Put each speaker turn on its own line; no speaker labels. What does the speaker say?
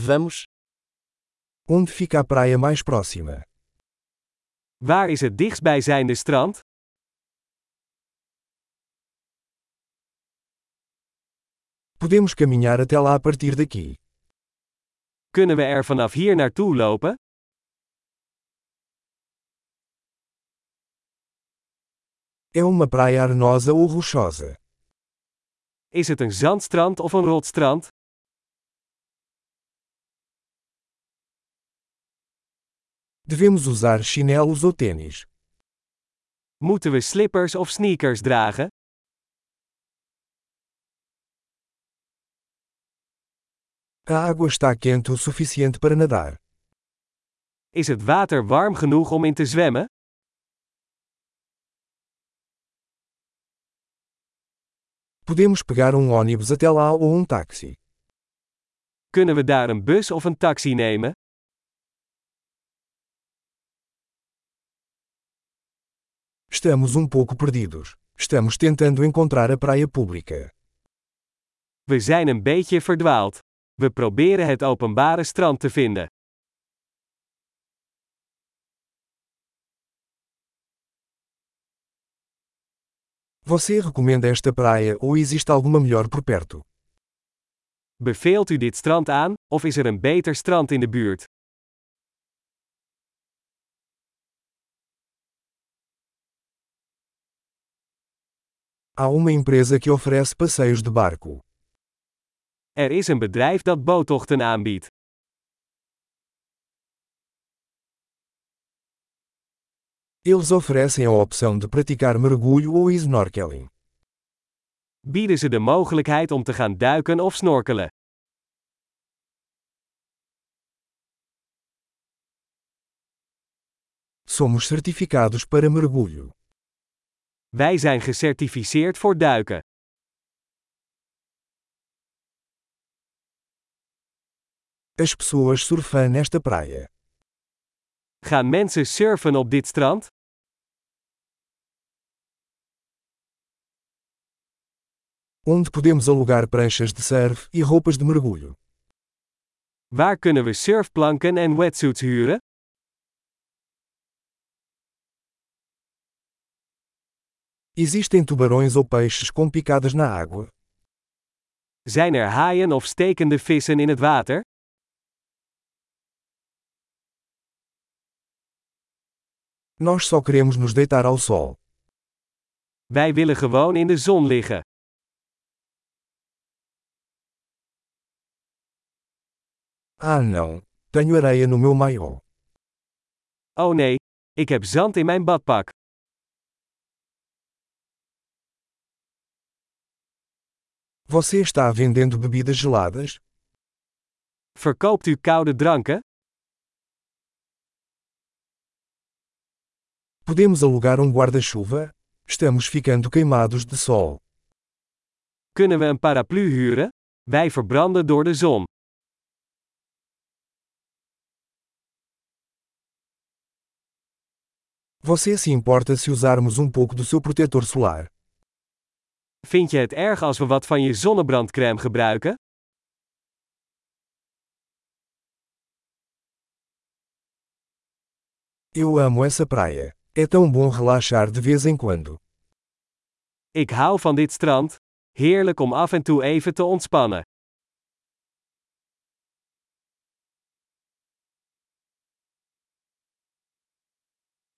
Vamos.
Onde fica a praia mais próxima?
Waar is het dichtstbijzijnde strand?
Podemos caminhar até lá a partir daqui.
Kunnen we er vanaf hier naartoe lopen?
É uma praia arenosa ou rochosa.
Is het een zandstrand of een rotstrand?
Devemos usar chinelos ou tênis.
Moeten we slippers of sneakers dragen?
A água está quente o suficiente para nadar.
Is het water warm genoeg om in te zwemmen?
Podemos pegar um ônibus até lá ou um táxi.
Kunnen we daar een bus of een taxi nemen?
Estamos um pouco perdidos. Estamos tentando encontrar a praia pública.
We zijn een beetje verdwaald. We proberen het openbare strand te vinden.
Você recomenda esta praia ou existe alguma melhor por perto?
Beveelt u dit strand aan, of is er een beter strand in de buurt?
Há uma empresa que oferece passeios de barco.
Er is een bedrijf dat boottochten aanbiedt.
Eles oferecem a opção de praticar mergulho ou snorkeling.
Bieden ze de mogelijkheid om te gaan duiken of snorkelen.
Somos certificados para mergulho.
Wij zijn gecertificeerd voor duiken.
As pessoas surfam nesta praia.
Gaan mensen surfen op dit strand?
Onde podemos alugar pranchas de surf e roupas de mergulho?
Waar kunnen we surfplanken en wetsuits huren?
Existem tubarões ou peixes com picadas na água?
Zijn er haaien of stekende vissen in het water?
Nós só queremos nos deitar ao sol.
Wij willen gewoon in de zon liggen.
Ah, não. Tenho areia no meu maiô.
Oh nee, ik heb zand in mijn badpak.
Você está vendendo bebidas geladas?
Verkoopt u koude dranken?
Podemos alugar um guarda-chuva? Estamos ficando queimados de sol.
Kunnen we een paraplu huren? Wij verbranden door de zon.
Você se importa se usarmos um pouco do seu protetor solar?
Vind je het erg als we wat van je zonnebrandcrème gebruiken?
Eu amo essa praia. É tão bom relaxar de vez em quando.
Ik hou van dit strand. Heerlijk om af en toe even te ontspannen.